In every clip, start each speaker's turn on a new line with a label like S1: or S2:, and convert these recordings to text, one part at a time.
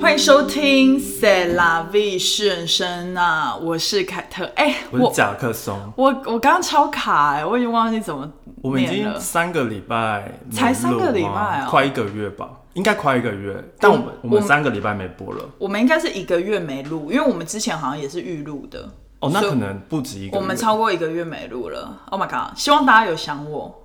S1: 欢迎收听《塞拉 V 是人生》啊，我是凯特。哎、
S2: 我
S1: 我
S2: 是夹克松，
S1: 我我刚刚超卡、哎，我已经忘记怎么
S2: 我们已
S1: 念
S2: 经
S1: 了。
S2: 三个礼拜没
S1: 才三个礼拜
S2: 录
S1: 哦
S2: 吗快一个月吧，应该快一个月。但我们
S1: 我
S2: 我
S1: 们
S2: 们三个礼拜没播了，
S1: 我们应该是一个月没录，因为我们之前好像也是预录的，
S2: 哦，那
S1: 所以
S2: 可能不止一个月。
S1: 我们超过一个月没录了。Oh my god！希望大家有想我。，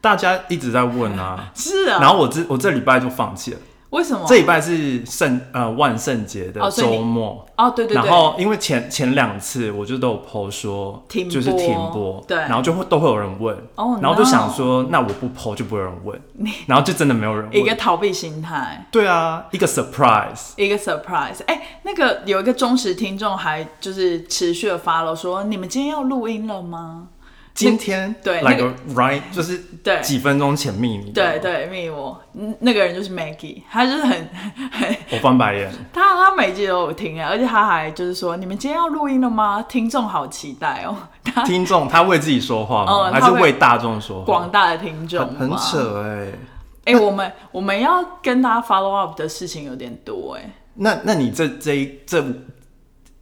S2: 大家一直在问啊
S1: 是啊，
S2: 然后我这我这礼拜就放弃了。
S1: 为什么？
S2: 这礼拜是圣呃万圣节的
S1: 哦所以你
S2: 周末，
S1: 哦，对对
S2: 然
S1: 对，
S2: 后因为前前两次我就都有 PO 说，
S1: 停
S2: 就是
S1: 播
S2: 停播，
S1: 对
S2: 然后就会都会有人问，
S1: Oh,
S2: 然后就
S1: no
S2: 想说，那我不 PO 就不会有人问，然后就真的没有人
S1: 一个
S2: 问。
S1: 逃避心态。
S2: 对啊，一个 surprise。
S1: 一个 surprise。哎、那个有一个忠实听众还就是持续的发了说，你们今天要录音了吗？
S2: 今天
S1: 对那
S2: 来个 right 就是
S1: 对
S2: 几分钟前密你
S1: 对，对，密我嗯那个人就是 Maggie，他就是很 很
S2: 我翻白眼，
S1: 他他每集都有听啊，而且他还就是说你们今天要录音了吗？听众好期待哦， 他
S2: 听众他为自己说话吗？
S1: 嗯
S2: 还
S1: 他
S2: 是
S1: 会啊
S2: 为大众说
S1: 广
S2: 话？
S1: 大的听众
S2: 很很
S1: 嘛。
S2: 扯哎。
S1: 哎、我们我们要跟大家 follow up 的事情有点多哎、
S2: 那那你这这一这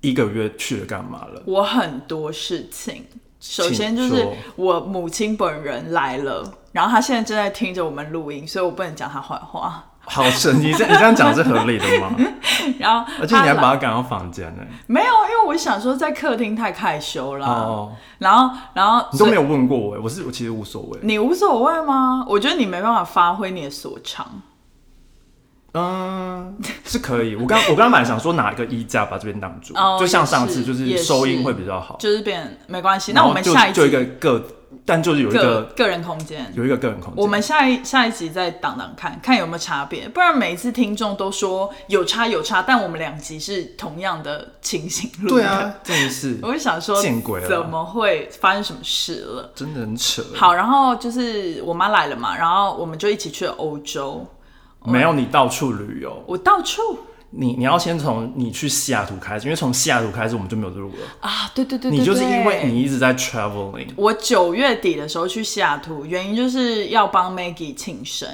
S2: 一个月去了干嘛了？
S1: 我很多事情。首先就
S2: 请
S1: 是
S2: 说
S1: 我母亲本人来了，然后她现在正在听着我们录音，所以我不能讲她坏话。
S2: 好扯，你这你这样讲是合理的吗？
S1: 然后
S2: 而且你还
S1: 她
S2: 把他赶到房间呢？
S1: 没有，因为我想说在客厅太害羞了。啊
S2: 哦，
S1: 然后，然后
S2: 你都没
S1: 所以
S2: 有问过我欸，我是我其实无所谓。
S1: 你无所谓吗？我觉得你没办法发挥你的所长。
S2: 嗯，是可以。我刚我刚本来想说拿一个衣架把这边挡住
S1: 哦，
S2: 就像上次
S1: 也是
S2: 就
S1: 也
S2: 是
S1: 是
S2: 收音会比较好。
S1: 就是变没关系。
S2: 然
S1: 那
S2: 后
S1: 我们
S2: 就
S1: 下一集
S2: 就一个个，但就是有一
S1: 个
S2: 个
S1: 个人空间，
S2: 有一个个人空间。
S1: 我们下一下一集再挡挡看看有没有差别，不然每一次听众都说有差有差，但我们两集是同样的情形录
S2: 对
S1: 的。
S2: 啊，真的是
S1: 我就想说，
S2: 见鬼了
S1: 怎么会发生什么事了？
S2: 真的很扯。
S1: 好，然后就是我妈来了嘛，然后我们就一起去了欧洲。
S2: 没有你到处旅游，
S1: 我到处
S2: 你你要先从你去西雅图开始，因为从西雅图开始我们就没有录了。
S1: 啊，对对对对
S2: 你就是因为
S1: 对
S2: 你一直在 traveling，
S1: 我九月底的时候去西雅图，原因就是要帮 Maggie 庆生。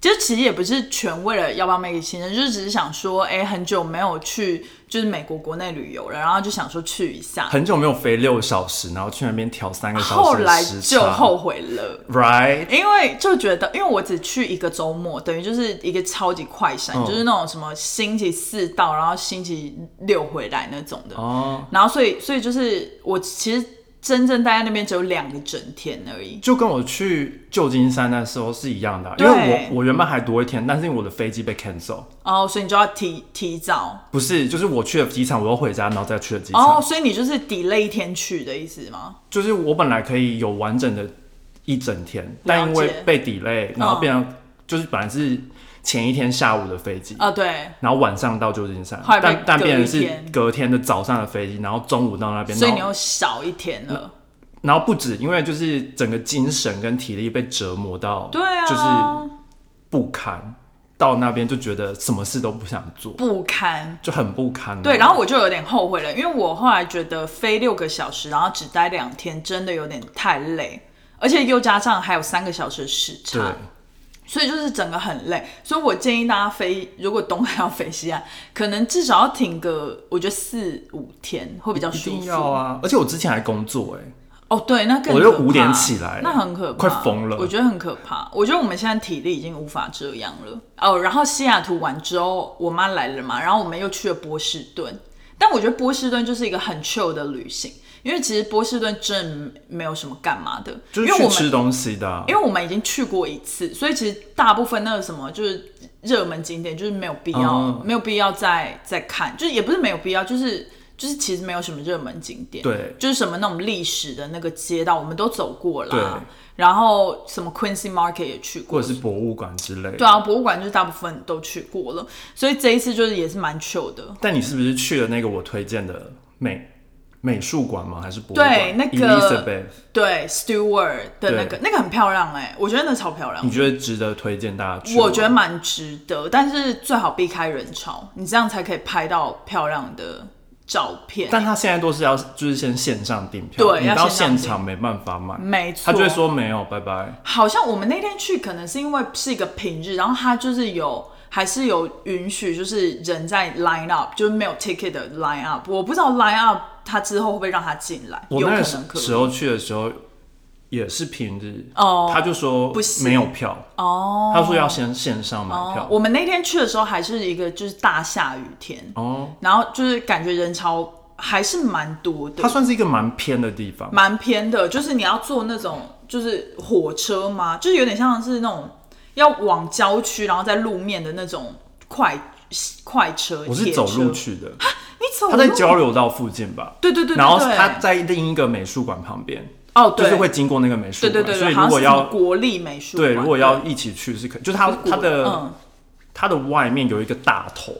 S1: 就其实也不是全为了要帮 Maggie 庆生，就是只是想说，哎、很久没有去就是美国国内旅游了，然后就想说去一下。
S2: 很久没有飞六小时，然后去那边调三个小
S1: 后
S2: 时的
S1: 来
S2: 时
S1: 就
S2: 差
S1: 后悔了。
S2: ，right？
S1: 因为就觉得，因为我只去一个周末，等于就是一个超级快闪，
S2: 嗯
S1: 就是那种什么星期四到，然后星期六回来那种的。
S2: 哦，
S1: 然后所以所以就是我其实真正待在那边只有两个整天而已。
S2: 就跟我去旧金山的时候是一样的啊，因
S1: 对
S2: 为我我原本还多一天，但是因为我的飞机被 cancel，
S1: 哦，所以你就要提提早
S2: 不是，就是我去了机场，我又回家，然后再去了机场。
S1: 哦，所以你就是 delay 一天去的意思吗？
S2: 就是我本来可以有完整的一整天，但因为被
S1: 嗯
S2: delay，然后变成、就是本来是前一天下午的飞机，
S1: 啊，对，
S2: 然后晚上到旧金山
S1: 后来，被
S2: 但但
S1: 隔一
S2: 变成是
S1: 天
S2: 隔天的早上的飞机，然后中午到那边，
S1: 所以你
S2: 然后
S1: 又少一天了。
S2: 然后不止，因为就是整个精神跟体力被折磨到，
S1: 对啊，
S2: 就是不堪，到那边就觉得什么事都不想做，
S1: 不堪。
S2: 就很不堪啊。
S1: 对，然后我就有点后悔了，因为我后来觉得飞六个小时，然后只待两天，真的有点太累，而且又加上还有三个小时的时
S2: 对
S1: 差，所以就是整个很累。所以我建议大家飞，如果东海要飞西岸，可能至少要停个，我觉得四五天会比较
S2: 一
S1: 舒
S2: 定
S1: 服。
S2: 要啊！而且我之前还工作哎、
S1: 哦，对，那更
S2: 我就
S1: 可怕
S2: 5点起来
S1: 那很可怕，
S2: 快疯了
S1: 我觉得很可怕，我觉得我们现在体力已经无法这样了。哦，然后西雅图完之后，我妈来了嘛，然后我们又去了波士顿，但我觉得波士顿就是一个很 chill 的旅行，因为其实波士顿真的没有什么干嘛的，
S2: 就
S1: 因
S2: 是
S1: 为我
S2: 去
S1: 们
S2: 吃东西的啊、
S1: 因为我们已经去过一次，所以其实大部分那个什么就是热门景点，就是没有必要，
S2: 嗯
S1: 没有必要再再看，就是也不是没有必要，就是就是其实没有什么热门景点，
S2: 对
S1: 就是什么那种历史的那个街道，我们都走过啦。然后什么 Quincy Market 也去过
S2: 或，者是博物馆之类的。
S1: 对啊，博物馆就是大部分都去过了，所以这一次就是也是蛮 chill 的。
S2: 但你是不是去了那个我推荐的美美术馆吗？还是博物
S1: 对
S2: 馆？
S1: 那个
S2: Elizabeth，
S1: 对 Stewart 的那个
S2: 对
S1: 那个很漂亮哎、我觉得那超漂亮
S2: 你。觉得值得推荐大家去吗？
S1: 我觉得蛮值得，但是最好避开人潮，你这样才可以拍到漂亮的照片。
S2: 但他现在都是要就是先线上订票，
S1: 对
S2: 你
S1: 要
S2: 到
S1: 线上
S2: 现场没办法买，
S1: 没错，
S2: 他就会说没有，拜拜。
S1: 好像我们那天去，可能是因为是一个平日，然后他就是有还是有允许，就是人在 line up，就是没有 ticket 的 line up。我不知道 line up 他之后会不会让他进来，
S2: 我
S1: 有可
S2: 那
S1: 能可
S2: 个
S1: 以
S2: 时候去的时候也是平日，
S1: 哦
S2: 他就说
S1: 不行
S2: 没有票，
S1: 哦。
S2: 他说要先线上买
S1: 哦
S2: 票，
S1: 我们那天去的时候还是一个就是大下雨天，
S2: 哦，
S1: 然后就是感觉人潮还是蛮多的
S2: 它，算是一个蛮偏的地方，
S1: 蛮偏的，就是你要坐那种就是火车吗？就是有点像是那种要往郊区，然后在路面的那种快快车。
S2: 我是
S1: 铁
S2: 走
S1: 车
S2: 路，去 的，
S1: 你走路？
S2: 他在交流道附近吧，
S1: 对对对对对，
S2: 然后他在另一个美术馆旁边，
S1: 哦，
S2: 就
S1: 对
S2: 是会经过那个美术
S1: 对对
S2: 馆，
S1: 对
S2: 所
S1: 对，
S2: 以如
S1: 好像
S2: 果
S1: 是什么
S2: 要
S1: 国立美术馆，
S2: 对如果要一起去是可，就是它
S1: 对
S2: 它的
S1: 嗯
S2: 它的外面有一个大头，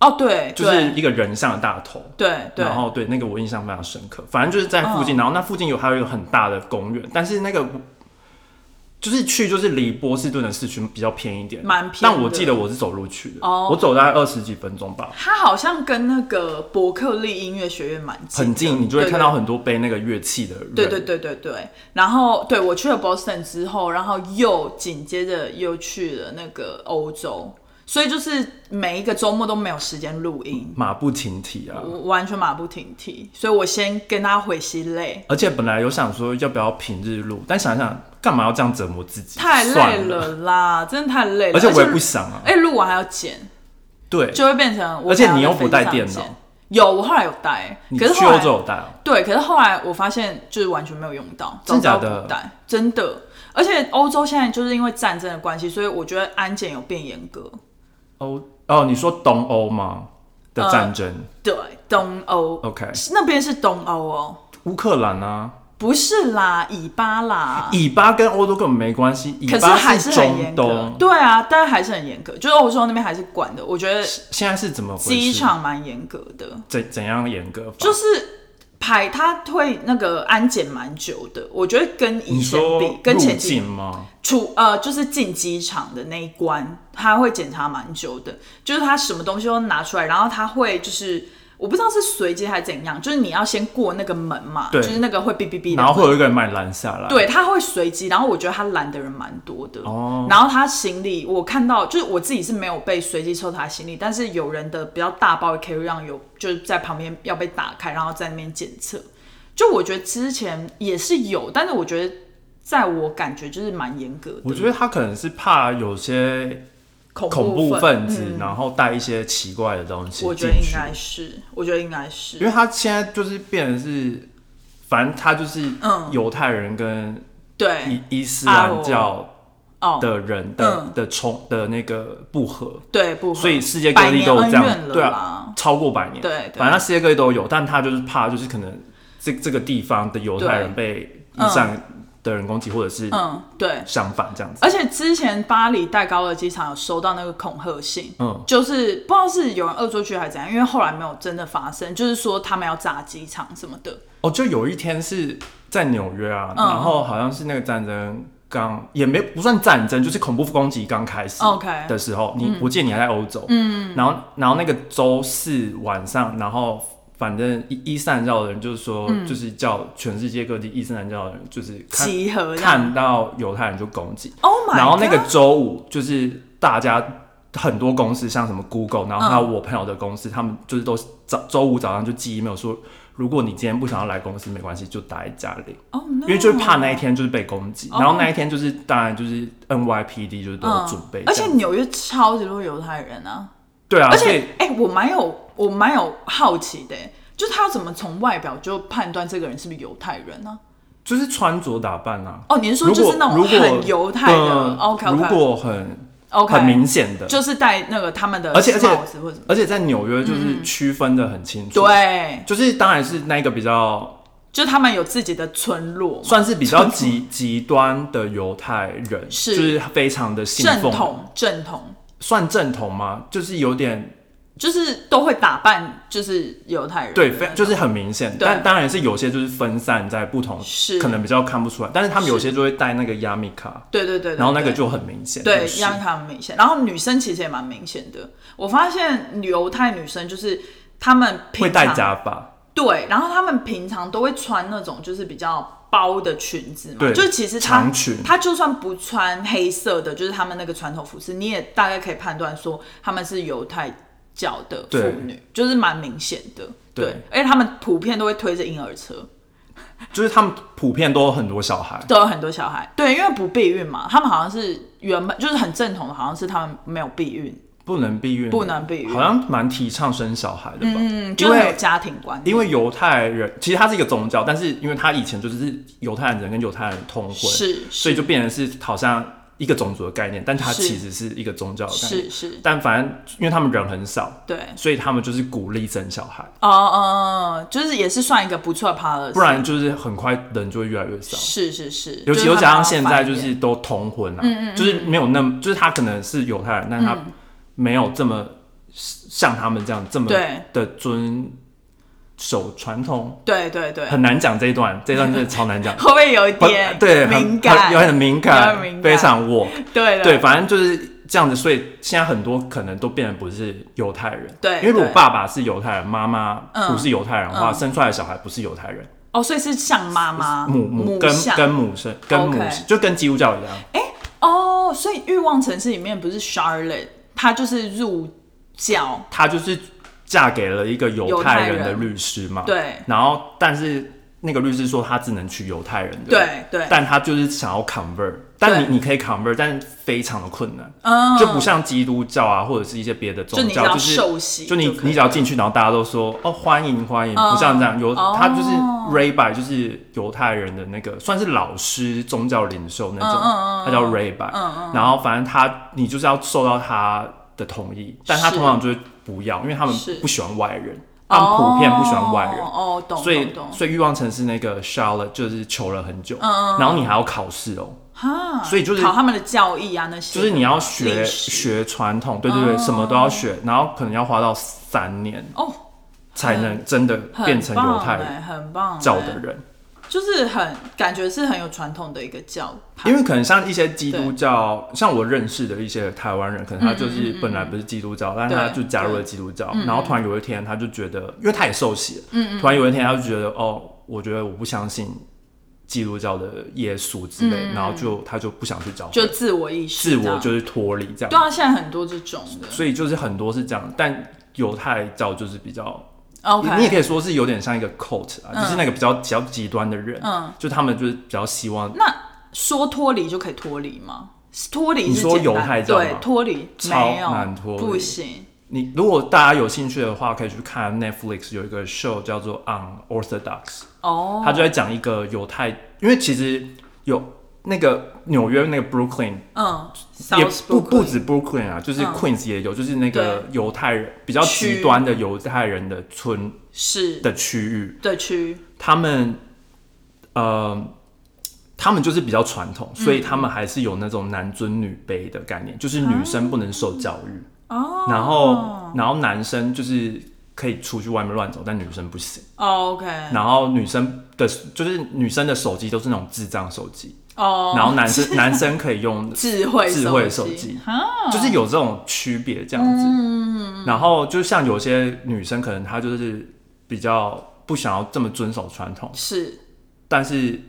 S1: 哦对，
S2: 就是
S1: 对
S2: 一个人像的大头。
S1: 对对，嗯
S2: 然后对那个我印象非常深刻，反正就是在附近，然后那附近有还有一个很大的公园，但是那个就是去就是离波士顿的市区比较偏一点，
S1: 蛮偏
S2: 但我
S1: 的
S2: 记得我是走路去的，
S1: 哦
S2: 我走大概二十几分钟吧，
S1: 它好像跟那个伯克利音乐学院蛮近的，
S2: 很近，你就会
S1: 对
S2: 看到很多背那个乐器的人，
S1: 对对对对对，然后对我去了 Boston 之后，然后又紧接着又去了那个欧洲，所以就是每一个周末都没有时间录音，
S2: 马不停蹄啊。
S1: 我完全马不停蹄，所以我先跟他回西累，
S2: 而且本来有想说要不要平日录，但想想干嘛要这样折磨自己，
S1: 太累
S2: 算了，
S1: 了啦，真的太累了，
S2: 而且我也不想啊，
S1: 哎，录完还要剪，
S2: 对，
S1: 就会变成我
S2: 而且
S1: 想要
S2: 你又
S1: 在飞
S2: 不
S1: 机
S2: 带
S1: 上
S2: 电脑
S1: 剪，有我后来有带，
S2: 你
S1: 可是
S2: 去
S1: 后
S2: 欧
S1: 来
S2: 洲有带啊，
S1: 对，可是后来我发现就是完全没有用到，
S2: 真假
S1: 找不
S2: 的
S1: 到带，真的。而且欧洲现在就是因为战争的关系，所以我觉得安检有变严格。
S2: 欧哦，你说东欧吗
S1: 呃
S2: 的战争？
S1: 对，东欧
S2: OK，
S1: 那边是东欧哦，
S2: 乌克兰啊，
S1: 不是啦，以巴啦。
S2: 以巴跟欧洲根本没关系，以
S1: 啊可是
S2: 巴
S1: 还是很
S2: 中
S1: 严格
S2: 东，，
S1: 对啊，但还是很严格，就是欧洲那边还是管的。我觉得
S2: 现在是怎么回事？
S1: 机场蛮严格的，
S2: 怎怎样严格法？
S1: 就是排他会那个安检蛮久的。我觉得跟以
S2: 你
S1: 前
S2: 说
S1: 比，跟
S2: 入
S1: 前几
S2: 境吗？
S1: 出呃，就是进机场的那一关，他会检查蛮久的，就是他什么东西都拿出来，然后他会就是我不知道是随机还是怎样，就是你要先过那个门嘛，
S2: 对
S1: 就是那个会哔哔哔的，
S2: 然后会有一个人把你拦下来，，
S1: 对，他会随机，然后我觉得他拦的人蛮多的。
S2: 哦
S1: 然后他行李，我看到就是我自己是没有被随机抽查行李，但是有人的比较大包的 carry on 有就是在旁边要被打开，然后在那边检测。就我觉得之前也是有，但是我觉得在我感觉就是蛮严格的。
S2: 我觉得他可能是怕有些
S1: 恐
S2: 恐怖
S1: 分嗯
S2: 分子，然后带一些奇怪的东西
S1: 我觉
S2: 进
S1: 得应
S2: 去，
S1: 该是，我觉得应该
S2: 因
S1: 是，
S2: 为他现在就是变成是，反正他就是
S1: 嗯
S2: 犹太人跟
S1: 对
S2: 伊伊斯兰教
S1: 哦，
S2: 的人的的冲的那个不和，
S1: 对不合，
S2: 所以世界各地都有这
S1: 百年恩
S2: 样，
S1: 怨了
S2: 对啊
S1: 啦，
S2: 超过百年，
S1: 对对
S2: 反正它世界各地都有，但他就是怕，就是可能这这个地方的犹太人被伊斯兰的人攻击，或者是
S1: 嗯对，
S2: 相反这样子。
S1: 而且之前巴黎戴高乐机场有收到那个恐吓信，
S2: 嗯
S1: 就是不知道是有人恶作剧还是怎样，因为后来没有真的发生，就是说他们要炸机场什么的，
S2: 哦，就有一天是在纽约啊，
S1: 嗯
S2: 然后好像是那个战争刚也没不算战争，就是恐怖攻击刚开始
S1: 哦 OK
S2: 的时候，你我记得你还在欧洲，嗯，然后然后那个周四晚上，然后。反正伊伊斯兰教的人就是说，
S1: 嗯
S2: 就是叫全世界各地伊斯兰教的人，就是看
S1: 集合这样
S2: 看到犹太人就攻击。
S1: ，Oh my，
S2: 然后那个
S1: God，
S2: 周五就是大家很多公司，像什么 Google，然后还
S1: 嗯
S2: 有我朋友的公司，他们就是都早周五早上就寄 email 说，如果你今天不想要来公司，没关系，就待在家里，
S1: 哦、
S2: 因为就是怕那一天就是被攻击。
S1: 哦嗯
S2: 然后那一天就是当然就是 NYPD 就是都有准备这
S1: 而
S2: 样子，
S1: 且纽约超级多犹太人啊，
S2: 对啊，
S1: 而
S2: 所以
S1: 且哎、我蛮有我蛮有好奇的、欸就是他要怎么从外表就判断这个人是不是犹太人呢、
S2: 就是穿着打扮啊。
S1: 哦，你是说
S2: 如
S1: 就
S2: 果
S1: 是那
S2: 如
S1: 种
S2: 果
S1: 很犹太的
S2: 嗯
S1: ？OK
S2: 如
S1: OK
S2: 果很
S1: OK，
S2: 很明显的，
S1: 就是戴那个他们的
S2: 而且而且
S1: 帽子或者什么，
S2: 而且在纽约就是区分的很清楚，，
S1: 嗯对，
S2: 就是当然是那个比较
S1: 就是他们有自己的村落嘛，
S2: 算是比较极极端的犹太人，
S1: 是
S2: 就是非常的信
S1: 正
S2: 奉，
S1: 统正统，
S2: 算正统吗？就是有点
S1: 就是都会打扮就是犹太人的
S2: 对，
S1: 那种，
S2: 非就是很明显，
S1: 对
S2: 但当然是有些就是分散在不同，
S1: 是
S2: 可能比较看不出来，但是他们有些就会戴那个亚米卡，
S1: 对对对对，
S2: 然后那个
S1: 对
S2: 就很明显，
S1: 对
S2: 就是
S1: 让他们明显，然后女生其实也蛮明显的，我发现犹太女生就是她们平
S2: 会戴
S1: 常
S2: 假发，
S1: 对，然后他们平常都会穿那种就是比较包的裙子嘛，
S2: 对
S1: 就是其实他
S2: 长裙
S1: 他就算不穿黑色的，就是他们那个传统服饰，你也大概可以判断说他们是犹太教的妇女，就是蛮明显的。
S2: 对
S1: 对，而且他们普遍都会推着婴儿车，
S2: 就是他们普遍都有很多小孩，
S1: 都有很多小孩。对，因为不避孕嘛，他们好像是原本就是很正统的，好像是他们没有避孕，
S2: 不能避孕，
S1: 不能避孕
S2: 好像蛮提倡生小孩的吧？嗯
S1: 就
S2: 因
S1: 是有
S2: 为
S1: 家庭观念。
S2: 因为犹太人其实它是一个宗教，但是因为它以前就是犹太人跟犹太人通婚，
S1: 是
S2: 所以就变成是好像一个种族的概念，但它
S1: 是
S2: 其实是一个宗教的概
S1: 是
S2: 念。
S1: 是，
S2: 但反正因为他们人很少，
S1: 对，
S2: 所以他们就是鼓励生小孩，
S1: 哦哦，就是也是算一个不错的 policy，
S2: 不然就是很快人就会越来越少。
S1: 是是是，
S2: 尤其
S1: 就
S2: 又
S1: 是
S2: 加
S1: 他们
S2: 上现在就
S1: 要反
S2: 是都通婚
S1: 嗯
S2: 啊，就是没有那么，就是他可能是犹太人，但他没有这么像他们这样这么
S1: 对
S2: 的遵守传统，
S1: 对对对，，
S2: 很难讲这一段，这一段真的超难 讲
S1: 会不会有一
S2: 不
S1: 点
S2: 对，很
S1: 敏
S2: 很
S1: 感？
S2: 有点敏
S1: 有点敏感
S2: 感，非常我
S1: 对了
S2: 对，反正就是这样子，所以现在很多可能都变得不是犹太人，
S1: 对
S2: 因为如果
S1: 对
S2: 爸爸是犹太人，妈妈不是犹太人的话，
S1: 嗯
S2: 生出来的小孩不是犹太人，
S1: 哦，所以是像妈妈
S2: 母
S1: 母
S2: 跟
S1: 像
S2: 跟母生跟母
S1: OK
S2: 就跟基督教一样。
S1: 哦，所以《欲望城市》里面不是 Charlotte，她就是入教，
S2: 她就是嫁给了一个犹太人的律师嘛，
S1: 对
S2: 然后，但是那个律师说他只能娶犹太人的，
S1: 对对
S2: 但他就是想要 convert，但
S1: 对
S2: 你你可以 convert，但非常的困难，
S1: 嗯，
S2: 就不像基督教啊，或者是一些别的
S1: 就
S2: 宗
S1: 你只要
S2: 教，啊就是
S1: 受洗
S2: 就你
S1: 可以
S2: 你只要进去，然后大家都说哦欢迎欢迎，
S1: 嗯
S2: 不像这样犹
S1: 哦
S2: 他就是 rabbi，就是犹太人的那个算是老师宗教领袖那种
S1: 嗯嗯嗯，嗯
S2: 他叫 rabbi，然后反正他你就是要受到他的同意，但他
S1: 是
S2: 通常就是不要，因为他们
S1: 是
S2: 不喜欢外人，他们普遍不喜欢外人。
S1: 哦，哦懂
S2: 所以
S1: 懂，嗯懂，
S2: 所以欲望城市那个 Charlotte 就是求了很久，然后你还要考试哦，
S1: 哈，
S2: 所以就是
S1: 啊考他们的教义啊那些，
S2: 就是你要学
S1: 历史
S2: 学传统，对对对，什么都要学，然后可能要花到三年
S1: 哦，
S2: 才能真的
S1: 很
S2: 变成犹
S1: 棒
S2: 太人
S1: 欸很棒欸
S2: 教的人，
S1: 就是很感觉是很有传统的一个教派，
S2: 因为可能像一些基督教，像我认识的一些台湾人，可能他
S1: 嗯
S2: 就是本来不是基督教，但他就加入了基督教，然后突然有一天他就觉得，因为他也受洗了，
S1: 嗯
S2: 突然有一天他就觉得，哦，我觉得我不相信基督教的耶稣之类，然后就他就不想去教会，
S1: 嗯就自我意识
S2: 自
S1: 这样，
S2: 我就是脱离这样
S1: 对。啊，现在很多这种的
S2: 所以就是很多是这样，但犹太教就是比较，
S1: ，OK，
S2: 你也可以说是有点像一个 cult 啊，就是那个比较比较极端的人，
S1: 嗯
S2: 就他们就是比较希望
S1: 那说脱离就可以脱离吗？脱离是
S2: 你说
S1: 简单
S2: 犹太教吗
S1: 对脱离
S2: 超
S1: 没有
S2: 难脱离
S1: 不行
S2: 你如果大家有兴趣的话，可以去看 Netflix 有一个 show 叫做 Unorthodox，
S1: 哦。
S2: 他就在讲一个犹太，因为其实有那个纽约那个 Brooklyn
S1: 嗯，
S2: 也
S1: South
S2: 不不
S1: Brooklyn
S2: 止 Brooklyn 啊，就是
S1: 嗯
S2: Queens 也有，就是那个犹太人比较
S1: 区
S2: 极端的犹太人的村
S1: 是
S2: 的区域，
S1: 的区
S2: 他们呃。他们就是比较传统，所以他们还是有那种男尊女卑的概念，就是女生不能受教育，
S1: 哦
S2: 然后然后男生就是可以出去外面乱走，但女生不行。
S1: 哦，OK
S2: 然后女生的，就是女生的手机都是那种智障手机，
S1: 哦，
S2: 然后男生 男生可以用，
S1: 智慧
S2: 智慧
S1: 手
S2: 手
S1: 机
S2: 机
S1: 哈嗯
S2: 就是有这种区别这样子。然后就像有些女生可能她就是比较不想要这么遵守传统，
S1: 是
S2: 但是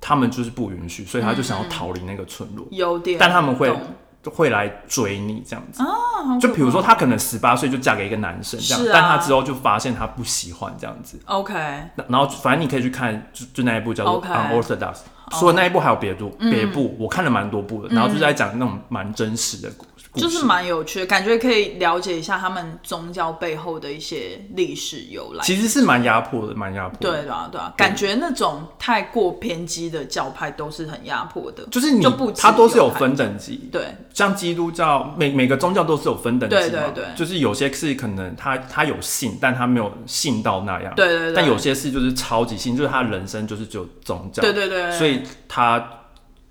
S2: 他们就是不允许，所以她就想要逃离那个村落，
S1: 有点，
S2: 但他们会
S1: 嗯懂
S2: 会来追你这样子。
S1: 啊
S2: 就比如说，她可能十八岁就嫁给一个男生这样，
S1: 是啊
S2: 但她之后就发现她不喜欢这样子。
S1: OK
S2: 那然后反正你可以去看，就就那一部叫做《
S1: OK
S2: 呃
S1: 哦嗯
S2: Unorthodox》，除了那一部还有别部，别部我看了蛮多部的，然后就是在讲那种蛮真实的故故事，
S1: 就是蛮有趣的，感觉可以了解一下他们宗教背后的一些历史由来。
S2: 其实是蛮压迫的，蛮压迫。
S1: 对，啊，对啊，感觉那种太过偏激的教派都是很压迫的，
S2: 就是你
S1: 就不只
S2: 它都是有
S1: 犹太
S2: 分啊等级，
S1: 对
S2: 像基督教每每个宗教都是有分等级嘛，
S1: 对对对
S2: 就是有些是可能他他有信，但他没有信到那样，
S1: 对对对
S2: 但有些是就是超级信，就是他人生就是只有宗教，
S1: 对对对，
S2: 所以他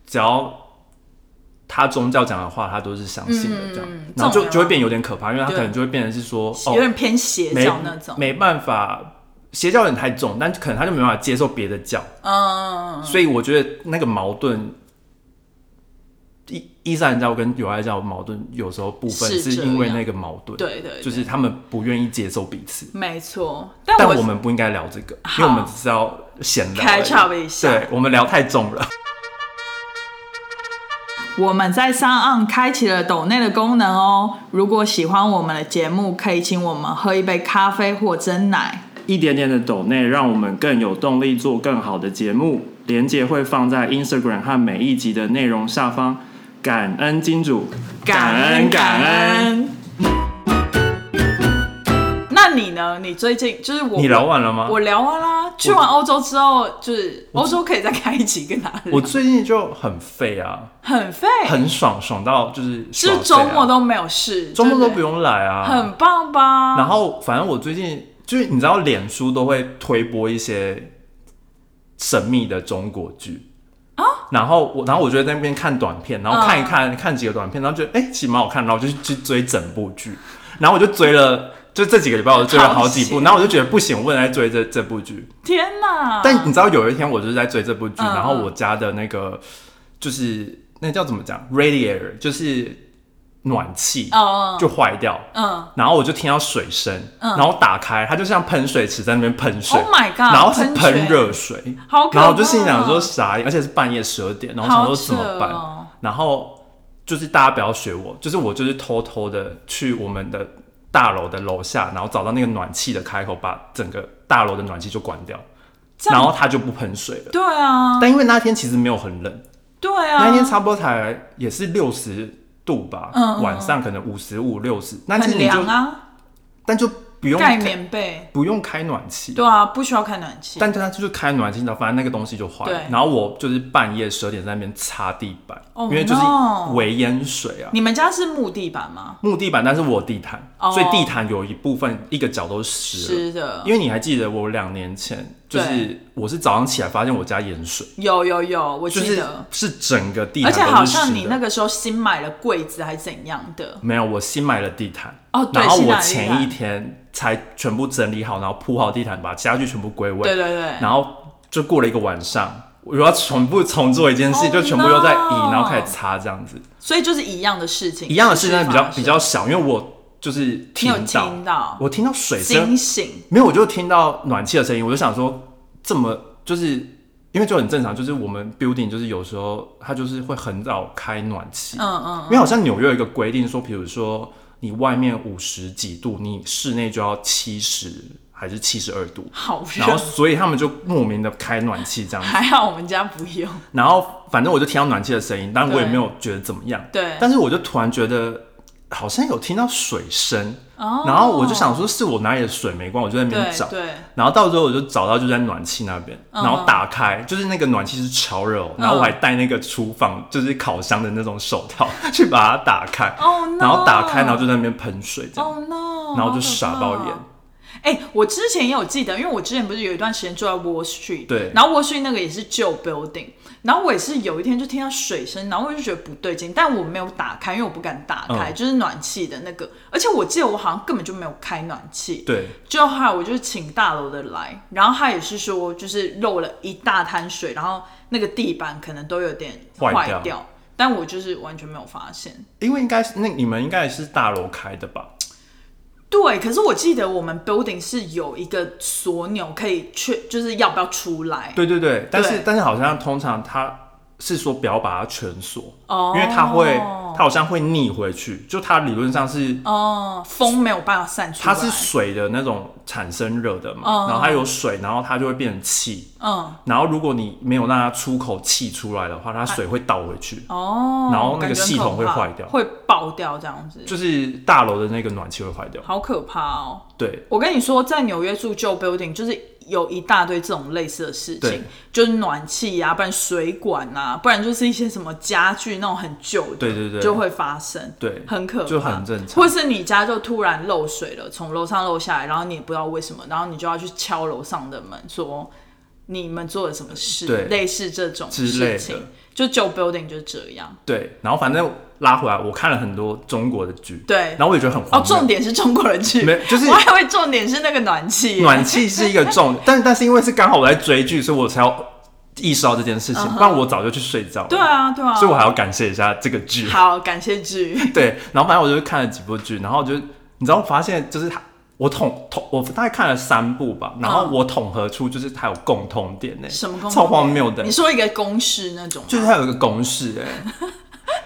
S2: 只要他宗教讲的话，他都是相信的这样，
S1: 嗯
S2: 然后
S1: 这种
S2: 就
S1: 人
S2: 就会变得有点可怕，因为他
S1: 对
S2: 可能就会变成是说
S1: 有
S2: 哦，
S1: 点偏邪
S2: 没
S1: 教那种，
S2: 哦没办法，邪教有点太重，但可能他就没办法接受别的教，
S1: 嗯，
S2: 所以我觉得那个矛盾。伊伊斯兰教跟犹太教的矛盾有时候部分
S1: 是
S2: 是
S1: 这
S2: 因为
S1: 样
S2: 那个矛盾，
S1: 对对对
S2: 就是他们不愿意接受彼此。
S1: 没错。
S2: 但
S1: 我
S2: 我们不应该聊这个，因为我们
S1: 好
S2: 只是要闲聊而已，
S1: 开窍一下
S2: 对我们聊太重了，
S1: 我们在上岸开启了抖内的功能哦。如果喜欢我们的节目，可以请我们喝一杯咖啡或蒸奶。
S3: 一点点的抖内，让我们更有动力做更好的节目。连接会放在 Instagram 和每一集的内容下方。感恩金主，
S1: 感恩。那你呢？你最近就是我
S2: 你聊完了吗
S1: 我聊完啦。去完欧洲之后，就是欧洲可以再开一集跟大家聊
S2: 我最近就很废啊，
S1: 很废，
S2: 很爽，爽到就是
S1: 是
S2: 爽
S1: 周
S2: 废啊
S1: 末都没有事，
S2: 周末
S1: 对
S2: 都
S1: 对
S2: 不，用来啊，
S1: 很棒吧？
S2: 然后反正我最近就是你知道，脸书都会推播一些神秘的中国剧啊。嗯然后我，然后我就在那边看短片，然后看一看，看几个短片，然后觉得哎、诶其实蛮好看，然后我就去追整部剧，然后我就追了，就这几个礼拜我就追了好几
S1: 好
S2: 部，
S1: 险
S2: 然后我就觉得不行，我不能再追这这部剧。
S1: 天哪！
S2: 但你知道有一天我就是在追这部剧，
S1: 哦嗯
S2: 然后我家的那个就是那叫怎么讲，radiator 就是暖气
S1: 嗯
S2: 就坏掉，
S1: 嗯
S2: 然后我就听到水声，然后打开，它就像喷水池在那边喷水
S1: Oh my god，
S2: 然后是
S1: 喷水
S2: 喷热水，
S1: 好可怕
S2: 然后我就心里想说傻眼，而且是半夜十二点，然后想
S1: 好
S2: 说
S1: 扯
S2: 怎么办？
S1: 哦
S2: 然后就是大家不要学我，就是我就是偷偷的去我们的大楼的楼下，然后找到那个暖气的开口，把整个大楼的暖气就关掉，
S1: 这样
S2: 然后它就不喷水了。
S1: 对啊，
S2: 但因为那天其实没有很冷，
S1: 对啊，
S2: 那一天差不多才也是六十度吧，
S1: 嗯嗯
S2: 晚上可能五十五六十，那其实
S1: 很
S2: 你就、
S1: 凉啊，
S2: 但就不用
S1: 盖
S2: 开
S1: 棉被。
S2: 不用开暖气，
S1: 对啊，不需要开暖气。
S2: 但它就是开暖气，然后反正那个东西就坏了
S1: 对。
S2: 然后我就是半夜十二点在那边擦地板
S1: Oh
S2: 因为就是
S1: no
S2: 围淹水啊，
S1: 你们家是木地板吗？
S2: 木地板，但是我地毯
S1: 哦
S2: 所以地毯有一部分一个角都湿了。
S1: 湿的
S2: 因，为你还记得我两年前，就是
S1: 对
S2: 我是早上起来发现我家淹水，
S1: 有有有，我
S2: 就
S1: 记
S2: 是
S1: 得。
S2: 是整个地
S1: 而
S2: 毯
S1: 且
S2: 都
S1: 好
S2: 是湿的。
S1: 像你那个时候新买了柜子还是怎样的，
S2: 没有，我新买了地毯
S1: 哦对
S2: 然后
S1: 新买
S2: 我
S1: 了地
S2: 前
S1: 毯
S2: 一天才全部整理好，然后铺好地毯，把家具全部归位。
S1: 对对对，
S2: 然后就过了一个晚上，我又要全部重做一件事
S1: Oh
S2: 就全部又在移
S1: no
S2: 然后开始擦这样子，
S1: 所以就是一样的事情，
S2: 一样的事情但比
S1: 持续
S2: 较
S1: 发生
S2: 比较小，因为我就是听
S1: 你有
S2: 到，
S1: 听到
S2: 我听到水声
S1: 警，醒，
S2: 没有，我就听到暖气的声音，我就想说，这么就是因为就很正常，就是我们 building 就是有时候它就是会很早开暖气，
S1: 嗯嗯，
S2: 因为好像纽约有一个规定说，比如说你外面五十几度，你室内就要七十还是七十二度。
S1: 好
S2: 然后，
S1: 热，
S2: 所以他们就莫名的开暖气这样子。
S1: 还好我们家不用，
S2: 然后反正我就听到暖气的声音，但我也
S1: 对
S2: 没有觉得怎么样。
S1: 对
S2: 但是我就突然觉得好像有听到水声，
S1: 哦
S2: 然后我就想说是我哪里的水没关，我就在那边
S1: 对
S2: 找。
S1: 对，
S2: 然后到时候我就找到就在暖气那边，
S1: 嗯
S2: 然后打开，就是那个暖气是超热、哦，然后我还戴那个厨房就是烤箱的那种手套 去把它打开，
S1: Oh no
S2: 然后打开，然后就在那边喷水这样，
S1: ，Oh no，
S2: 然后就
S1: 好可
S2: 傻爆眼
S1: 怕。哎、我之前也有记得，因为我之前不是有一段时间住在 Wall Street，
S2: 对
S1: 然后 Wall Street 那个也是旧 building，然后我也是有一天就听到水声，然后我就觉得不对劲，但我没有打开，因为我不敢打开，
S2: 嗯
S1: 就是暖气的那个，而且我记得我好像根本就没有开暖气，
S2: 对，
S1: 就后来我就请大楼的来，然后他也是说就是漏了一大滩水，然后那个地板可能都有点
S2: 坏
S1: 坏
S2: 掉
S1: 掉，但我就是完全没有发现，
S2: 因为应该是那你们应该是大楼开的吧？
S1: 对，可是我记得我们 building 是有一个锁钮，可以确就是要不要出来。
S2: 对对对，但是
S1: 对
S2: 但是好像通常他是说不要把它全锁，
S1: 哦
S2: 因为它会它好像会逆回去，就它理论上是
S1: 哦，风没有办法散出
S2: 它
S1: 来。
S2: 是水的那种产生热的嘛，
S1: 嗯
S2: 然后它有水，然后它就会变成气，
S1: 嗯
S2: 然后如果你没有让它出口气出来的话，
S1: 啊
S2: 它水会倒回去，
S1: 哦，
S2: 然后那个
S1: 感觉很
S2: 系统会
S1: 可怕
S2: 坏掉
S1: 会爆掉这样子，
S2: 就是大楼的那个暖气会坏掉。
S1: 好可怕哦！
S2: 对，
S1: 我跟你说，在纽约住旧 building 就是有一大堆这种类似的事
S2: 对
S1: 情，就是暖气啊，不然水管啊，不然就是一些什么家具那种很旧的，
S2: 对对对
S1: 就会发生，
S2: 对
S1: 很可怕，
S2: 就很正常
S1: 或是你家就突然漏水了，从楼上漏下来，然后你也不知道为什么，然后你就要去敲楼上的门说。你们做了什么
S2: 对
S1: 事？类似这种
S2: 之类
S1: 事
S2: 的
S1: 情，就旧 building 就是这样。
S2: 对，然后反正拉回来，我看了很多中国的剧，
S1: 对
S2: 然后我也觉得很荒
S1: 哦，
S2: 谬
S1: 重点是中国人去，
S2: 没就是
S1: 我还以为重点是那个暖气耶，
S2: 暖气是一个 重，但但是因为是刚好我在追剧，所以我才要意识到这件事情，不然我早就去睡觉了。
S1: 嗯对，啊对啊，
S2: 所以我还要感谢一下这个 剧。
S1: 好感谢剧，
S2: 对，然后反正我就看了几部剧，然后就你知道我发现就是它我统统我大概看了三部吧，然后我统合出就是它有共通点呢、
S1: 嗯什么公
S2: 超荒谬的、
S1: 你说一个公式那种吗，
S2: 就是它有一个公式哎、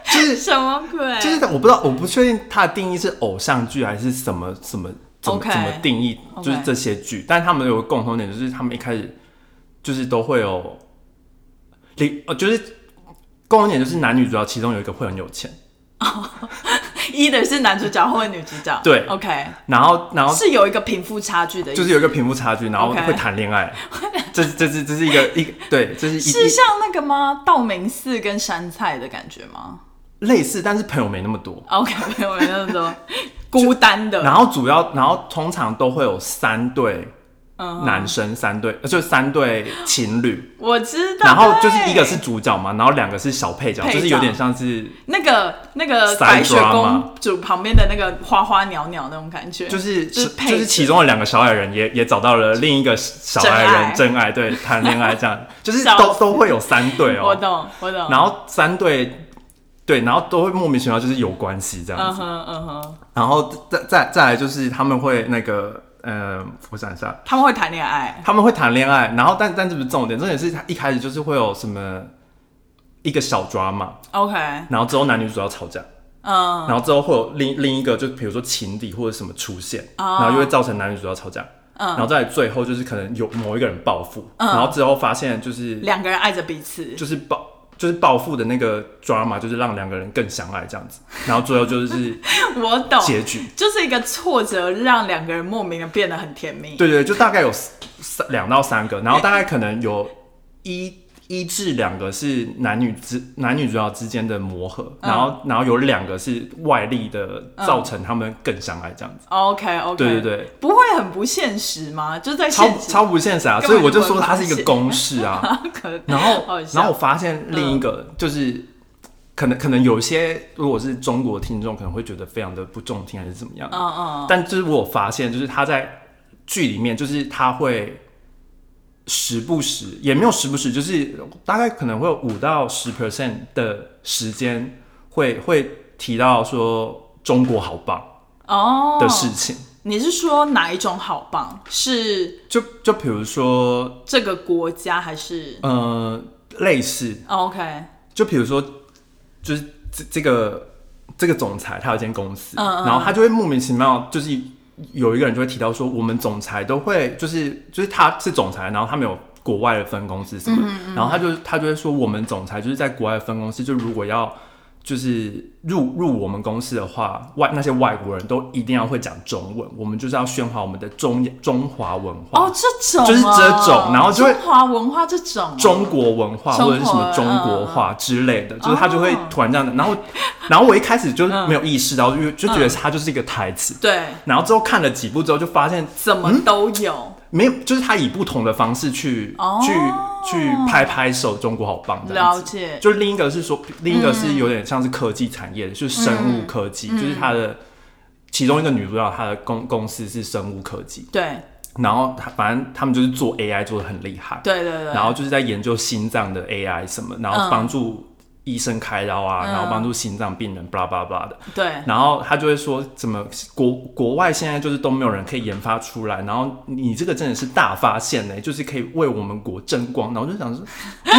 S2: 就是
S1: 什么鬼？
S2: 就是我不知道，我不确定它的定义是偶像剧还是什么什么怎么
S1: OK
S2: 怎么定义，
S1: OK
S2: 就是这些剧，但他们有个共同点，就是他们一开始就是都会有，零呃，就是共同点就是男女主角其中有一个会很有钱，
S1: 一的是男主角或者女主角，
S2: 对
S1: ，OK，
S2: 然后然后
S1: 是有一个贫富差距的意思，
S2: 就是有一个贫富差距，然后
S1: OK
S2: 会谈恋爱，这这是这是一个一个对，这是一
S1: 是
S2: 一
S1: 像那个吗？道明寺跟山菜的感觉吗
S2: 类似，但是朋友没那么多。
S1: ？OK，没有没有那 种孤单的，
S2: 然后主要，然后通常都会有三对
S1: 嗯
S2: 男生，三对，呃就是三对情侣，
S1: 我知道，
S2: 然后就是一个
S1: 对
S2: 是主角嘛，然后两个是小配角，
S1: 配角
S2: 就是有点像是，
S1: 那个那个
S2: Side
S1: 白雪
S2: drama
S1: 公主旁边的那个花花鸟鸟那种感觉，
S2: 就是
S1: 嗯就是配
S2: 就是其中的两个小矮人也也找到了另一个小矮人真爱，对，谈恋爱这样， 就是
S1: 笑
S2: 都都会有三对
S1: 我
S2: 哦，
S1: 懂我懂，
S2: 然后三对。对，然后都会莫名其妙就是有关系这样
S1: 嗯
S2: 子，
S1: 哼嗯哼，
S2: 然后再再再来就是他们会那个，呃，我想一下，
S1: 他们会谈恋爱，
S2: 他们会谈恋爱，然后但但这不是重点，重点是他一开始就是会有什么一个小抓嘛，
S1: OK，
S2: 然后之后男女主要吵架，
S1: 嗯，
S2: 然后之后会有另另一个就比如说情敌或者什么出现，
S1: 哦嗯
S2: 然后就会造成男女主要吵架，然后再最后就是可能有某一个人报复，然后之后发现就是
S1: 两个人爱着彼此，
S2: 就是报。就是报复的那个 drama，就是让两个人更相爱这样子，然后最后就是
S1: 我懂，
S2: 结局。
S1: 就是一个挫折让两个人莫名的变得很甜蜜，
S2: 对对，就大概有三两到三个，然后大概可能有一一至两个是男女之男女主角之间的磨合，
S1: 嗯
S2: 然后然后有两个是外力的造成他们更相爱这样子。
S1: ，OK OK，
S2: 对对对，
S1: 不会很不现实吗？就在
S2: 超
S1: 现实
S2: 超不现实啊！
S1: 根
S2: 所
S1: 本
S2: 以我就
S1: 就不会
S2: 说它是一
S1: 发
S2: 个
S1: 现
S2: 公式啊。
S1: 可
S2: 然后
S1: 好笑嗯
S2: 然后我发现另一个就是。可能可能有些如果是中国听众可能会觉得非常的不中听还是怎么样，
S1: 嗯嗯，
S2: 但就是我有发现，就是他在剧里面，就是他会时不时，也没有时不时，就是大概可能会有五到十 percent 的时间会会提到说中国好棒
S1: 哦，
S2: 的事情，
S1: 你是说哪一种好棒？是
S2: 就就比如说，
S1: 这个国家还是、
S2: 呃，类似，
S1: o k
S2: 就比如说，就是这这个这个总裁他有一间公司，
S1: 嗯嗯
S2: 然后他就会莫名其妙就是有一个人就会提到说，我们总裁都会就是就是他是总裁，然后他们有国外的分公司什
S1: 嗯
S2: 么的，然后他就他就会说，我们总裁就是在国外的分公司，就如果要。就是入入我们公司的话，外那些外国人都一定要会讲中文，我们就是要宣传我们的中中华文化。
S1: 哦，这种、啊、
S2: 就是这种然后就会
S1: 中华文化这种啊、
S2: 中国文化
S1: 中国嗯
S2: 或者是什么中国话之类的，就是他就会
S1: 哦
S2: 突然这样的，然后，然后我一开始就没有意识到，
S1: 嗯
S2: 就就觉得它就是一个台词，
S1: 对，
S2: 然后之后看了几部之后就发现
S1: 怎么都有、
S2: 没有，就是他以不同的方式去、
S1: 哦
S2: 去去拍拍手，中国好棒这样
S1: 了
S2: 子。
S1: 解，嗯
S2: 就另一个是说，另一个是有点像是科技产业的，就是生物科技，
S1: 嗯
S2: 就是他的其中一个女主角，她的公公司是生物科技，
S1: 对
S2: 然后她反正他们就是做 AI 做的很厉害，
S1: 对对对，
S2: 然后就是在研究心脏的 AI 什么，然后帮助医生开刀啊，
S1: 嗯
S2: 然后帮助心脏病人，巴拉巴拉巴拉的。
S1: 对
S2: 然后他就会说，怎么国国外现在就是都没有人可以研发出来，然后你这个真的是大发现呢、欸就是可以为我们国争光。然后我就想说，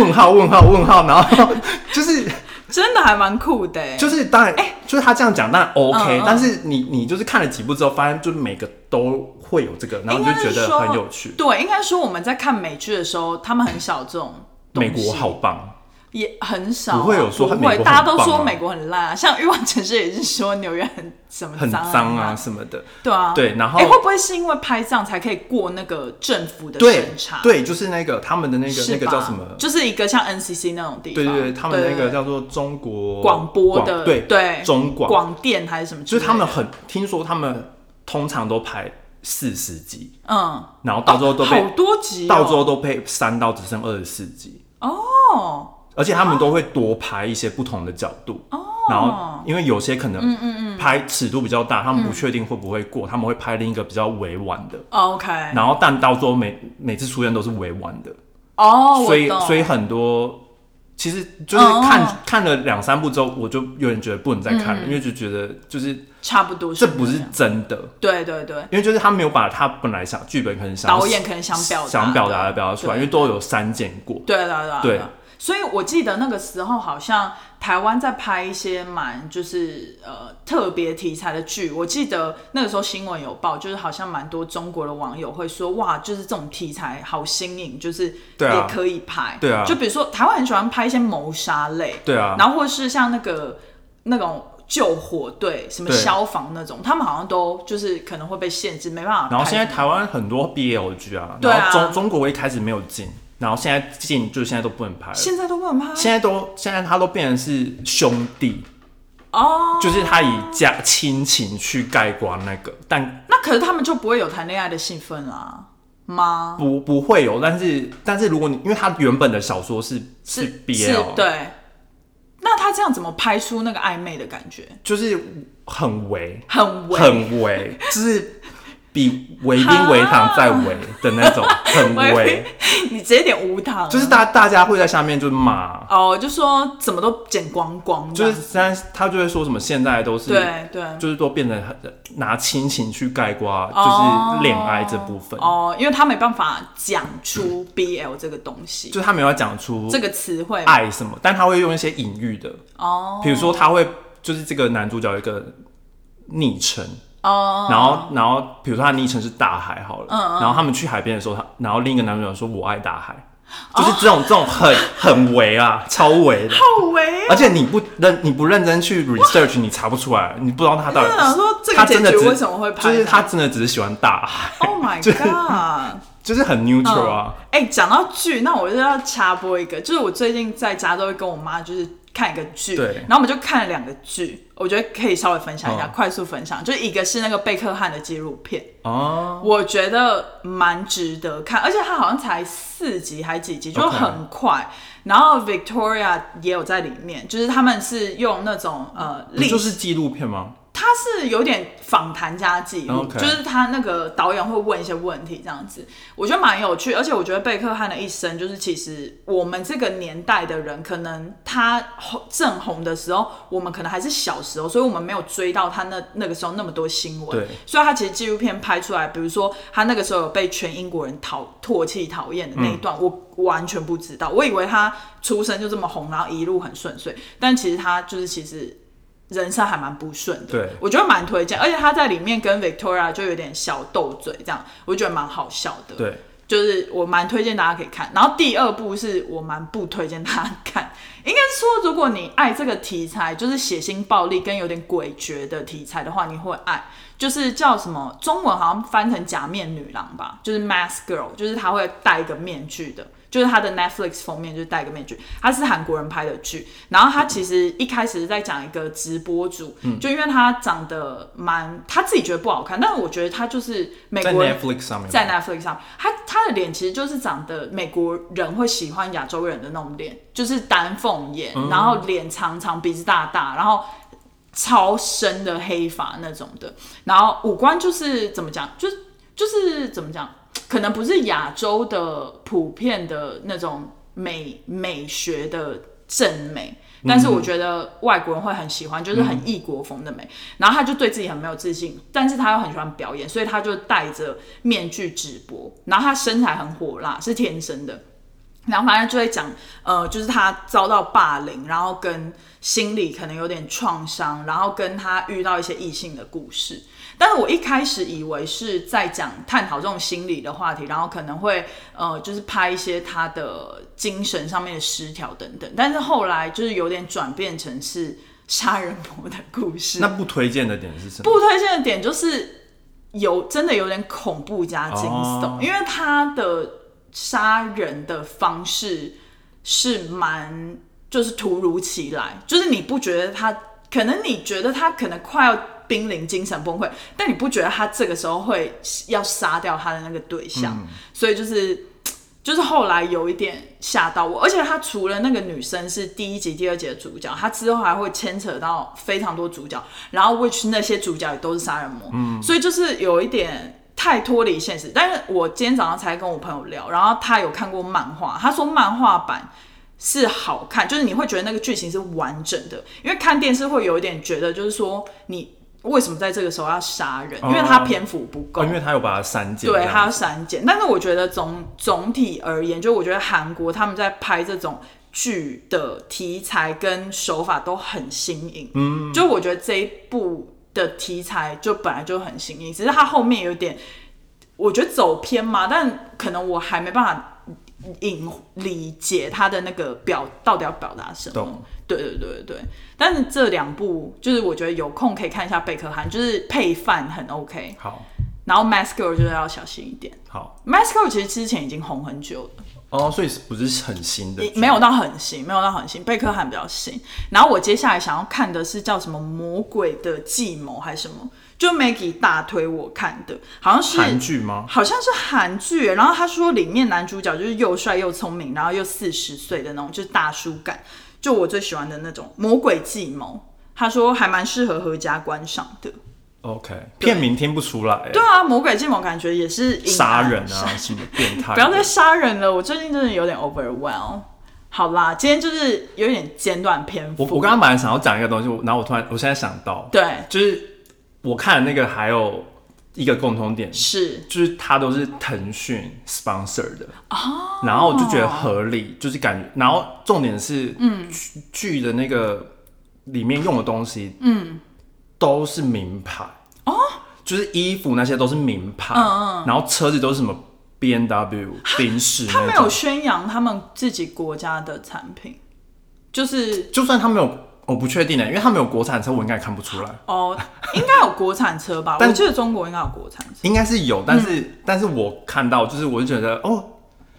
S2: 问号问号问号，然后就是
S1: 真的还蛮酷的欸，
S2: 就是当然，就是他这样讲当然 OK，、
S1: 嗯嗯
S2: 但是你你就是看了几部之后，发现就是每个都会有这个，然
S1: 应
S2: 后你
S1: 该
S2: 就觉
S1: 是
S2: 得
S1: 说
S2: 很有趣。
S1: 对，应该说我们在看美剧的时候，他们很少这种东
S2: 美
S1: 西。
S2: 国好棒，
S1: 也很少、啊，
S2: 不会有说
S1: 不
S2: 美国
S1: 会，
S2: 很
S1: 大家都
S2: 棒
S1: 说
S2: 啊
S1: 美国很烂、啊，像欲望城市也是说纽约很什么
S2: 很脏
S1: 啊
S2: 啊，什么的。
S1: 对啊，
S2: 对然后
S1: 哎、会不会是因为拍这样才可以过那个政府的
S2: 对
S1: 审查？，
S2: 对，就是那个他们的那个
S1: 是
S2: 那
S1: 吧
S2: 个叫什么？
S1: 就是一个像 NCC 那种地
S2: 对
S1: 方，
S2: 对对，他们那个
S1: 对
S2: 叫做中国
S1: 广播的
S2: 广对
S1: 对
S2: 中广，
S1: 广电还是什么之
S2: 就
S1: 类的，
S2: 是他们很听说他们通常都排四十集，
S1: 嗯，
S2: 然后到最后都被、
S1: 好多集、哦，
S2: 到最后都被删到只剩二十四集，
S1: 哦，
S2: 而且他们都会多拍一些不同的角度。然后，因为有些可能，嗯嗯嗯，拍尺度比较大，他们不确定会不会过，他们会拍另一个比较委婉的。
S1: 哦 OK，
S2: 然后，但到最后每每次出现都是委婉的，
S1: 哦，我
S2: 所以
S1: 懂
S2: 所以很多其实就是看、
S1: 哦
S2: 看了两三部之后，我就有点觉得不能再看
S1: 嗯
S2: 了，因为就觉得就是
S1: 差不多是
S2: 这不
S1: 那
S2: 是
S1: 样
S2: 真的，
S1: 对对对，
S2: 因为就是他没有把他本来想剧本可能想
S1: 导演可能想表达
S2: 想表达
S1: 的
S2: 的表达出来，
S1: 对
S2: 因为都有删减过。
S1: 对对对
S2: 对
S1: 所以我记得那个时候好像台湾在拍一些蛮就是呃特别题材的剧，我记得那个时候新闻有报，就是好像蛮多中国的网友会说哇，就是这种题材好新颖，就是
S2: 对啊
S1: 也可以拍。
S2: 对啊
S1: 就比如说台湾很喜欢拍一些谋杀类，
S2: 对啊，
S1: 然后或是像那个那种。救火队、什么
S2: 对
S1: 消防那种，他们好像都就是可能会被限制，没办法拍什么。
S2: 然后现在台湾很多 BL 剧啊，
S1: 对啊
S2: 然后中中国一开始没有进，然后现在进就现在都不能拍了。
S1: 现在都不能拍
S2: 现在都现在他都变成是兄弟，
S1: 哦，
S2: 就是他以家亲情去盖棺那个，但
S1: 那可是他们就不会有谈恋爱的兴奋啦吗？
S2: 不不会有，但是但是如果你因为他原本的小说是
S1: 是
S2: BL，，
S1: 对。那他这样怎么拍出那个暧昧的感觉？
S2: 就是很唯
S1: 很唯
S2: 很唯，就是比唯兵唯堂再唯的那 种，很唯，
S1: 你直接点无糖啊，
S2: 就是大大家会在下面就骂，
S1: 哦，就说怎么都剪光光这
S2: 就
S1: 样，
S2: 是现在他就会说什么现在都是
S1: 对对，
S2: 就是都变成很拿亲情去盖瓜，
S1: 哦
S2: 就是恋爱这部分，
S1: 哦，因为他没办法讲出 BL 这个东西，
S2: 就是他没有讲出
S1: 这个词汇嘛
S2: 爱什么，但他会用一些隐喻的，
S1: 哦
S2: 比如说他会就是这个男主角有一个昵称，
S1: 哦嗯
S2: 然后然后比如说他昵称是大海好了，然后他们去海边的时候，他然后另一个男主角说我爱大海，
S1: 哦
S2: 就是这种、这种很很违啊， 超违的。
S1: 好唯啊
S2: 而且你不认你不认真去 research，你查不出来，你不知道他到底
S1: 我想啊说这个
S2: 他真的
S1: 结局
S2: 只
S1: 为什么会拍
S2: 就是
S1: 他
S2: 他真的只是喜欢大海，
S1: ，Oh my
S2: 就是
S1: god！
S2: 就是很 neutral 啊。
S1: 哎、讲到剧，那我就要插播一个，就是我最近在家都会跟我妈就是看一个剧，
S2: 对
S1: 然后我们就看了两个剧，我觉得可以稍微分享一下，
S2: 嗯
S1: 快速分享，就是一个是那个贝克汉的纪录片，
S2: 哦，
S1: 我觉得蛮值得看，而且它好像才四集还几集，就
S2: OK
S1: 很快。然后 Victoria 也有在里面，就是他们是用那种呃
S2: 不
S1: 历史
S2: 就是纪录片吗？
S1: 他是有点访谈加记录
S2: OK
S1: 就是他那个导演会问一些问题这样子，我觉得蛮有趣。而且我觉得贝克汉的一生，就是其实我们这个年代的人，可能他红正红的时候，我们可能还是小时候，所以我们没有追到他那那个时候那么多新闻。
S2: 对
S1: 所以他其实纪录片拍出来，比如说他那个时候有被全英国人讨唾弃、讨厌的那一段，
S2: 嗯
S1: 我完全不知道。我以为他出生就这么红，然后一路很顺遂，但其实他就是其实人生还蛮不顺的。
S2: 对
S1: 我觉得蛮推荐，而且他在里面跟 Victoria 就有点小斗嘴，这样我觉得蛮好笑的。，
S2: 对，
S1: 就是我蛮推荐大家可以看。然后第二部是我蛮不推荐大家看，应该说如果你爱这个题材，就是血腥暴力跟有点诡谲的题材的话，你会爱。就是叫什么中文好像翻成假面女郎吧，就是 Mask Girl，就是她会戴一个面具的。就是她的 Netflix 封面就是戴一个面具，她是韩国人拍的剧，然后她其实一开始是在讲一个直播主，
S2: 嗯
S1: 就因为她长得蛮，她自己觉得不好看，但是我觉得她就是美
S2: 在
S1: 国人
S2: Netflix 上面吗，
S1: 在 Netflix 上，他他的脸其实就是长得美国人会喜欢亚洲人的那种脸，就是丹凤眼，
S2: 嗯
S1: 然后脸长长，鼻子大大，然后超深的黑发那种的，然后五官就是怎么讲，就就是怎么讲，可能不是亚洲的普遍的那种美美学的正美。但是我觉得外国人会很喜欢，就是很异国风的美。然后他就对自己很没有自信，但是他又很喜欢表演，所以他就戴着面具直播。然后他身材很火辣，是天生的。然后反正就会讲，呃，就是他遭到霸凌，然后跟心理可能有点创伤，然后跟他遇到一些异性的故事。但是我一开始以为是在讲探讨这种心理的话题，然后可能会呃，就是拍一些他的精神上面的失调等等。但是后来就是有点转变成是杀人魔的故事。
S2: 那不推荐的点是什么？
S1: 不推荐的点就是有真的有点恐怖加惊悚，
S2: 哦
S1: 因为他的杀人的方式是蛮就是突如其来，就是你不觉得他，可能你觉得他可能快要濒临精神崩溃，但你不觉得他这个时候会要杀掉他的那个对象，所以就是。就是后来有一点吓到我，而且他除了那个女生是第一集、第二集的主角，他之后还会牵扯到非常多主角，然后 which 那些主角也都是杀人魔，所以就是有一点太脱离现实。但是我今天早上才跟我朋友聊，然后他有看过漫画，他说漫画版是好看，就是你会觉得那个剧情是完整的，因为看电视会有一点觉得，就是说你为什么在这个时候要杀人？因为它篇幅不够，
S2: 哦，因为他有把它删减这
S1: 对，
S2: 样子，
S1: 它要删减。但是我觉得总总体而言，就我觉得韩国他们在拍这种剧的题材跟手法都很新颖。嗯，就我觉得这一部的题材就本来就很新颖，只是它后面有点，我觉得走偏嘛，但可能我还没办法引理解它的那个表到底要表达什么
S2: 懂。
S1: 对对对对对，但是这两部就是我觉得有空可以看一下贝克汉，就是配饭很 OK。
S2: 好
S1: 然后 Masco 就是要小心一点。
S2: 好
S1: Masco 其实之前已经红很久了，
S2: 哦，所以是不是很新的
S1: 也
S2: 剧，
S1: 没有到很新，没有到很新，贝克汉比较新。然后我接下来想要看的是叫什么《魔鬼的计谋》还是什么，就 Maggie 大推我看的，好像是
S2: 韩剧吗？
S1: 好像是韩剧耶，然后他说里面男主角就是又帅又聪明，然后又四十岁的那种，就是大叔感，就我最喜欢的那种《魔鬼计谋》。他说还蛮适合合家观赏的。
S2: OK，片名听不出来、
S1: 对啊，《魔鬼计谋》感觉也是隐
S2: 杀
S1: 含
S2: 人啊，什么变态？
S1: 不要再杀人了，我最近真的有点 overwhelm。好啦，今天就是有点简短篇幅。
S2: 我我刚刚本来想要讲一个东西，我然后我突然我现在想到，
S1: 对
S2: 就是我看的那个还有一个共同点，
S1: 是
S2: 就是它都是腾讯 sponsor 的然后我就觉得合理，就是感觉，然后重点是，嗯，剧的那个里面用的东西，嗯，都是名牌哦，就是衣服那些都是名牌，嗯嗯，然后车子都是什么 B N W、宾士那
S1: 他
S2: 种，
S1: 没有宣扬他们自己国家的产品，就是
S2: 就算他没有，我不确定呢，因为他没有国产车，我应该也看不出来。
S1: 哦，应该有国产车吧？
S2: 但
S1: 我记得中国应该有国产车。
S2: 应该是有，但是、
S1: 嗯
S2: 但是我看到就是我就觉得哦，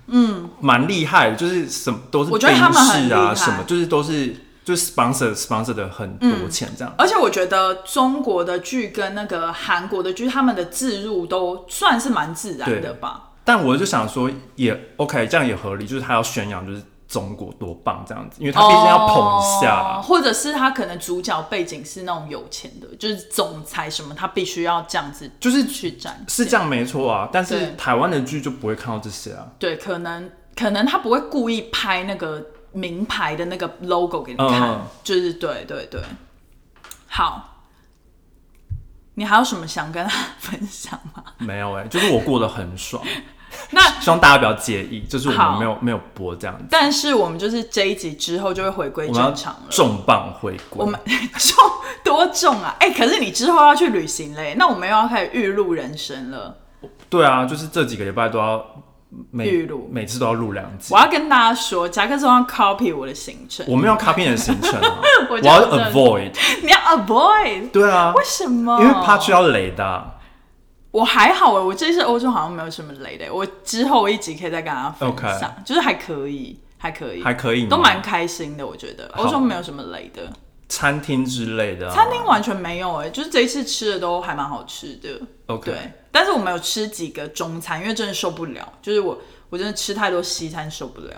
S2: 嗯，蛮厉害的，就是什么都是
S1: 我
S2: 宾
S1: 觉得他们很
S2: 士
S1: 厉害
S2: 啊，什么就是都是就是 sponsor sponsor 的很多钱这样。
S1: 而且我觉得中国的剧跟那个韩国的剧，他们的置入都算是蛮自然的吧？
S2: 但我就想说也 OK，这样也合理，就是他要宣扬就是中国多棒这样子，因为他毕竟要捧一下
S1: 哦
S2: 啦。
S1: 或者是他可能主角背景是那种有钱的，就是总裁什么，他必须要这样子，
S2: 就是
S1: 去展
S2: 是
S1: 现
S2: 这样没错啊，但
S1: 对
S2: 是台湾的剧就不会看到这些啊。
S1: 对，可能可能他不会故意拍那个名牌的那个 logo 给你看，
S2: 嗯
S1: 就是对对对。好，你还有什么想跟他分享吗？
S2: 没有哎、就是我过得很爽，
S1: 那
S2: 希望大家不要介意，就是我
S1: 好
S2: 们没有没有播这样子，
S1: 但是我们就是这一集之后就会回归
S2: 我们要
S1: 正常了。
S2: 重磅回归。
S1: 我们 重多重啊？哎、可是你之后要去旅行嘞，那我们又要开始预录人生了。
S2: 对啊，就是这几个礼拜都要每
S1: 预录
S2: 每次都要录两集
S1: 我。要跟大家说，夹克松要 copy 我的行程，
S2: 我没有卡片的行程啊
S1: ，我觉
S2: 我
S1: 得
S2: 要
S1: 真的哦
S2: avoid。
S1: 你要 avoid，
S2: 对啊，
S1: 为什么？
S2: 因为怕去到雷的啊。
S1: 我还好哎、我这次欧洲好像没有什么雷的、欸我之后一集可以再跟大家分享就是还可以，还可以，
S2: 还可以吗
S1: 都蛮开心的。我觉得
S2: 好啊
S1: 欧洲没有什么雷的，
S2: 餐厅之类的啊、
S1: 餐厅完全没有哎、就是这一次吃的都还蛮好吃的。
S2: OK
S1: 对，但是我没有吃几个中餐，因为真的受不了，就是我我真的吃太多西餐受不了。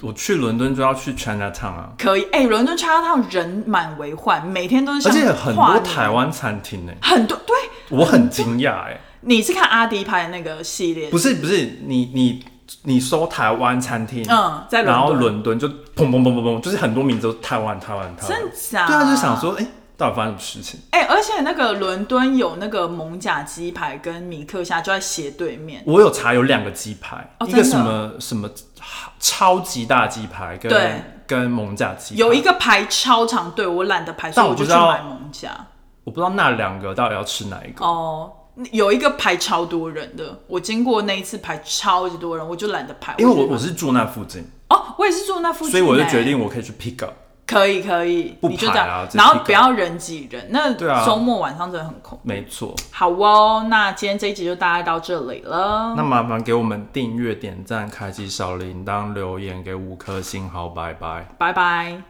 S2: 我去伦敦就要去 China Town 啊，
S1: 可以，哎、伦敦 Chinatown 人满为患，每天都是
S2: 而
S1: 像
S2: 且很
S1: 跨
S2: 多
S1: 年
S2: 台湾餐厅呢、
S1: 很多对，
S2: 我很惊讶哎。
S1: 你是看阿迪拍的那个系列
S2: 不是不是，你你你搜台湾餐厅，
S1: 嗯在伦敦
S2: 然后伦敦就砰砰砰砰砰，就是很多名字都是台湾台湾台湾。
S1: 真假？
S2: 对啊，就想说哎、到底发生什么事情？
S1: 哎、而且那个伦敦有那个蒙甲鸡排跟米克虾就在斜对面，
S2: 我有查有两个鸡排，
S1: 哦
S2: 一个
S1: 真的
S2: 什么什么超级大鸡排跟，
S1: 对
S2: 跟蒙甲鸡排，
S1: 有一个排超长队，我懒得排，所
S2: 但
S1: 以
S2: 我
S1: 就
S2: 不
S1: 去
S2: 知道
S1: 买蒙甲。
S2: 我不知道那两个到底要吃哪一个。
S1: 哦，有一个排超多人的，我经过那一次排超级多人，我就懒得排。
S2: 因为我
S1: 就买
S2: 我是住那附近，
S1: 哦，我也是住那附近、
S2: 所以我就
S1: 哎
S2: 决定我可以去 pick up，
S1: 可以可以，
S2: 不
S1: 你就
S2: 排
S1: 这
S2: 啊
S1: 样，
S2: 这
S1: 然
S2: 是
S1: 后
S2: 一个
S1: 不要人挤人。那
S2: 对啊
S1: 周末晚上真的很空。
S2: 没错。
S1: 好哦，那今天这一集就大概到这里了。
S2: 那麻烦给我们订阅、点赞、开启小铃铛、留言给五颗星，好，拜拜。
S1: 拜拜。